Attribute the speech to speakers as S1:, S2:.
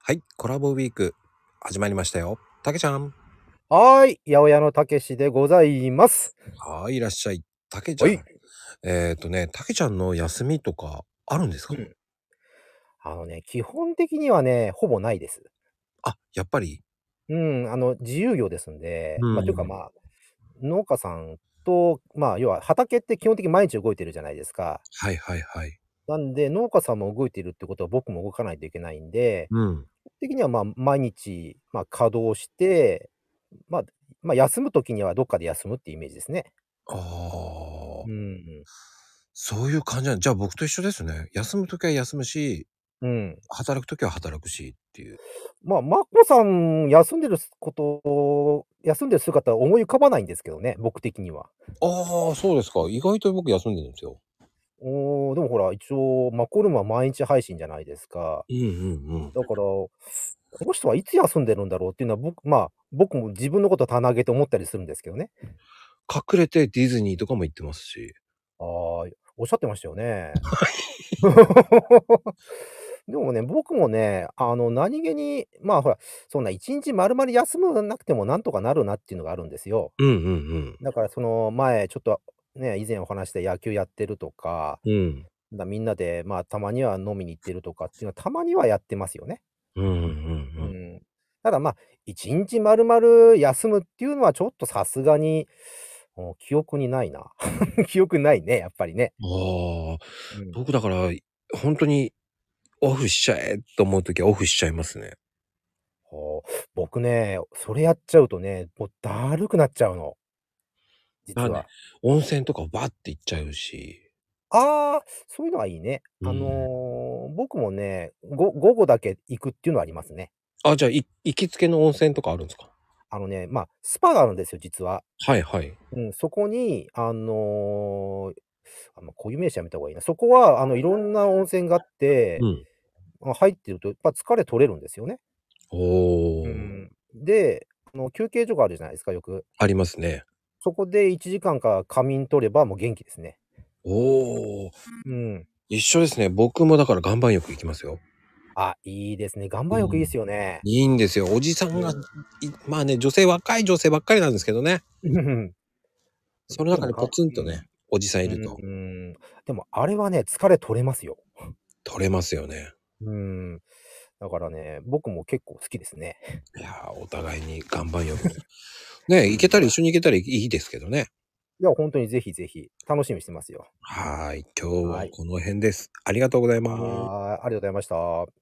S1: はい、コラボウィーク始まりましたよ。たけちゃん。
S2: はい、八百屋のたけしでございます。
S1: はい、いらっしゃい。たけちゃん。はい、えっ、ー、とね、たけちゃんの休みとかあるんですか、うん、
S2: あのね、基本的にはね、ほぼないです。
S1: あ、やっぱり
S2: うん、あの、自由業ですんで、うん、まあ、というかまあ、農家さんと、まあ、要は畑って基本的に毎日動いてるじゃないですか。
S1: はいはいはい。
S2: なんで、農家さんも動いてるってことは僕も動かないといけないんで、うん、的にはまあ毎日、まあ、稼働して、まあ、まあ、休むときにはどっかで休むっていうイメージですね。
S1: ああ、うんうん。そういう感じなんじゃあ僕と一緒ですね。休むときは休むし、
S2: うん、
S1: 働くときは働くしっていう。
S2: まあ、マコさん、休んでることを、休んでる姿は思い浮かばないんですけどね、僕的には。
S1: ああ、そうですか。意外と僕休んでるんですよ。
S2: おでもほら、一応、マコルマ毎日配信じゃないですか。
S1: うんうんうん。
S2: だから、この人はいつ休んでるんだろうっていうのは、僕、まあ、僕も自分のこと棚上げて思ったりするんですけどね。
S1: 隠れてディズニーとかも行ってますし。
S2: ああ、おっしゃってましたよね。 でもね、僕もね、あの、何気に、まあほら、そんな一日丸々休まなくてもなんとかなるなっていうのがあるんですよ。
S1: うんうんうん。
S2: だからその前、ちょっとね、以前お話して野球やってるとか、
S1: うん、
S2: だみんなで、まあ、たまには飲みに行ってるとかっていうのは、たまにはやってますよね。
S1: うんうんうんうん、
S2: ただまあ、一日まるまる休むっていうのは、ちょっとさすがに、記憶にないな。 記憶ないね、やっぱりね。
S1: ああ、うん、僕だから、本当に、オフしちゃえと思うときはオフしちゃいますね。
S2: 僕ね、それやっちゃうとね、もうだるくなっちゃうの。
S1: 実は、ね、温泉とかバッて行っちゃうし
S2: ああそういうのはいいね、うん、あのー、僕もね午後だけ行くっていうのはありますね
S1: あじゃあ行きつけの温泉とかあるんですか
S2: あのねまあスパがあるんですよ実は
S1: はいはい、
S2: うん、そこにあのー、あの固有名詞やめた方がいいなそこはあのいろんな温泉があって、うん、入ってるとやっぱ疲れ取れるんですよね、
S1: おお、うん
S2: であの休憩所があるじゃないですかよく
S1: ありますね
S2: そこで1時間か仮眠取ればもう元気ですね。
S1: お
S2: お。うん。
S1: 一緒ですね。僕もだから岩盤浴行きますよ。
S2: あ、いいですね。岩盤浴いいですよね、
S1: うん。いいんですよ。おじさんが、うん、まあね、女性、若い女性ばっかりなんですけどね。その中にポツンとね、おじさんいると。
S2: うん。でもあれはね、疲れ取れますよ。
S1: 取れますよね。
S2: うん。だからね、僕も結構好きですね。
S1: いやお互いに岩盤浴。ね行けたら一緒に行けたらいいですけどね。
S2: いや、本当にぜひぜひ、楽しみにしてますよ。
S1: はい。今日はこの辺です。ありがとうございます。
S2: ありがとうございました。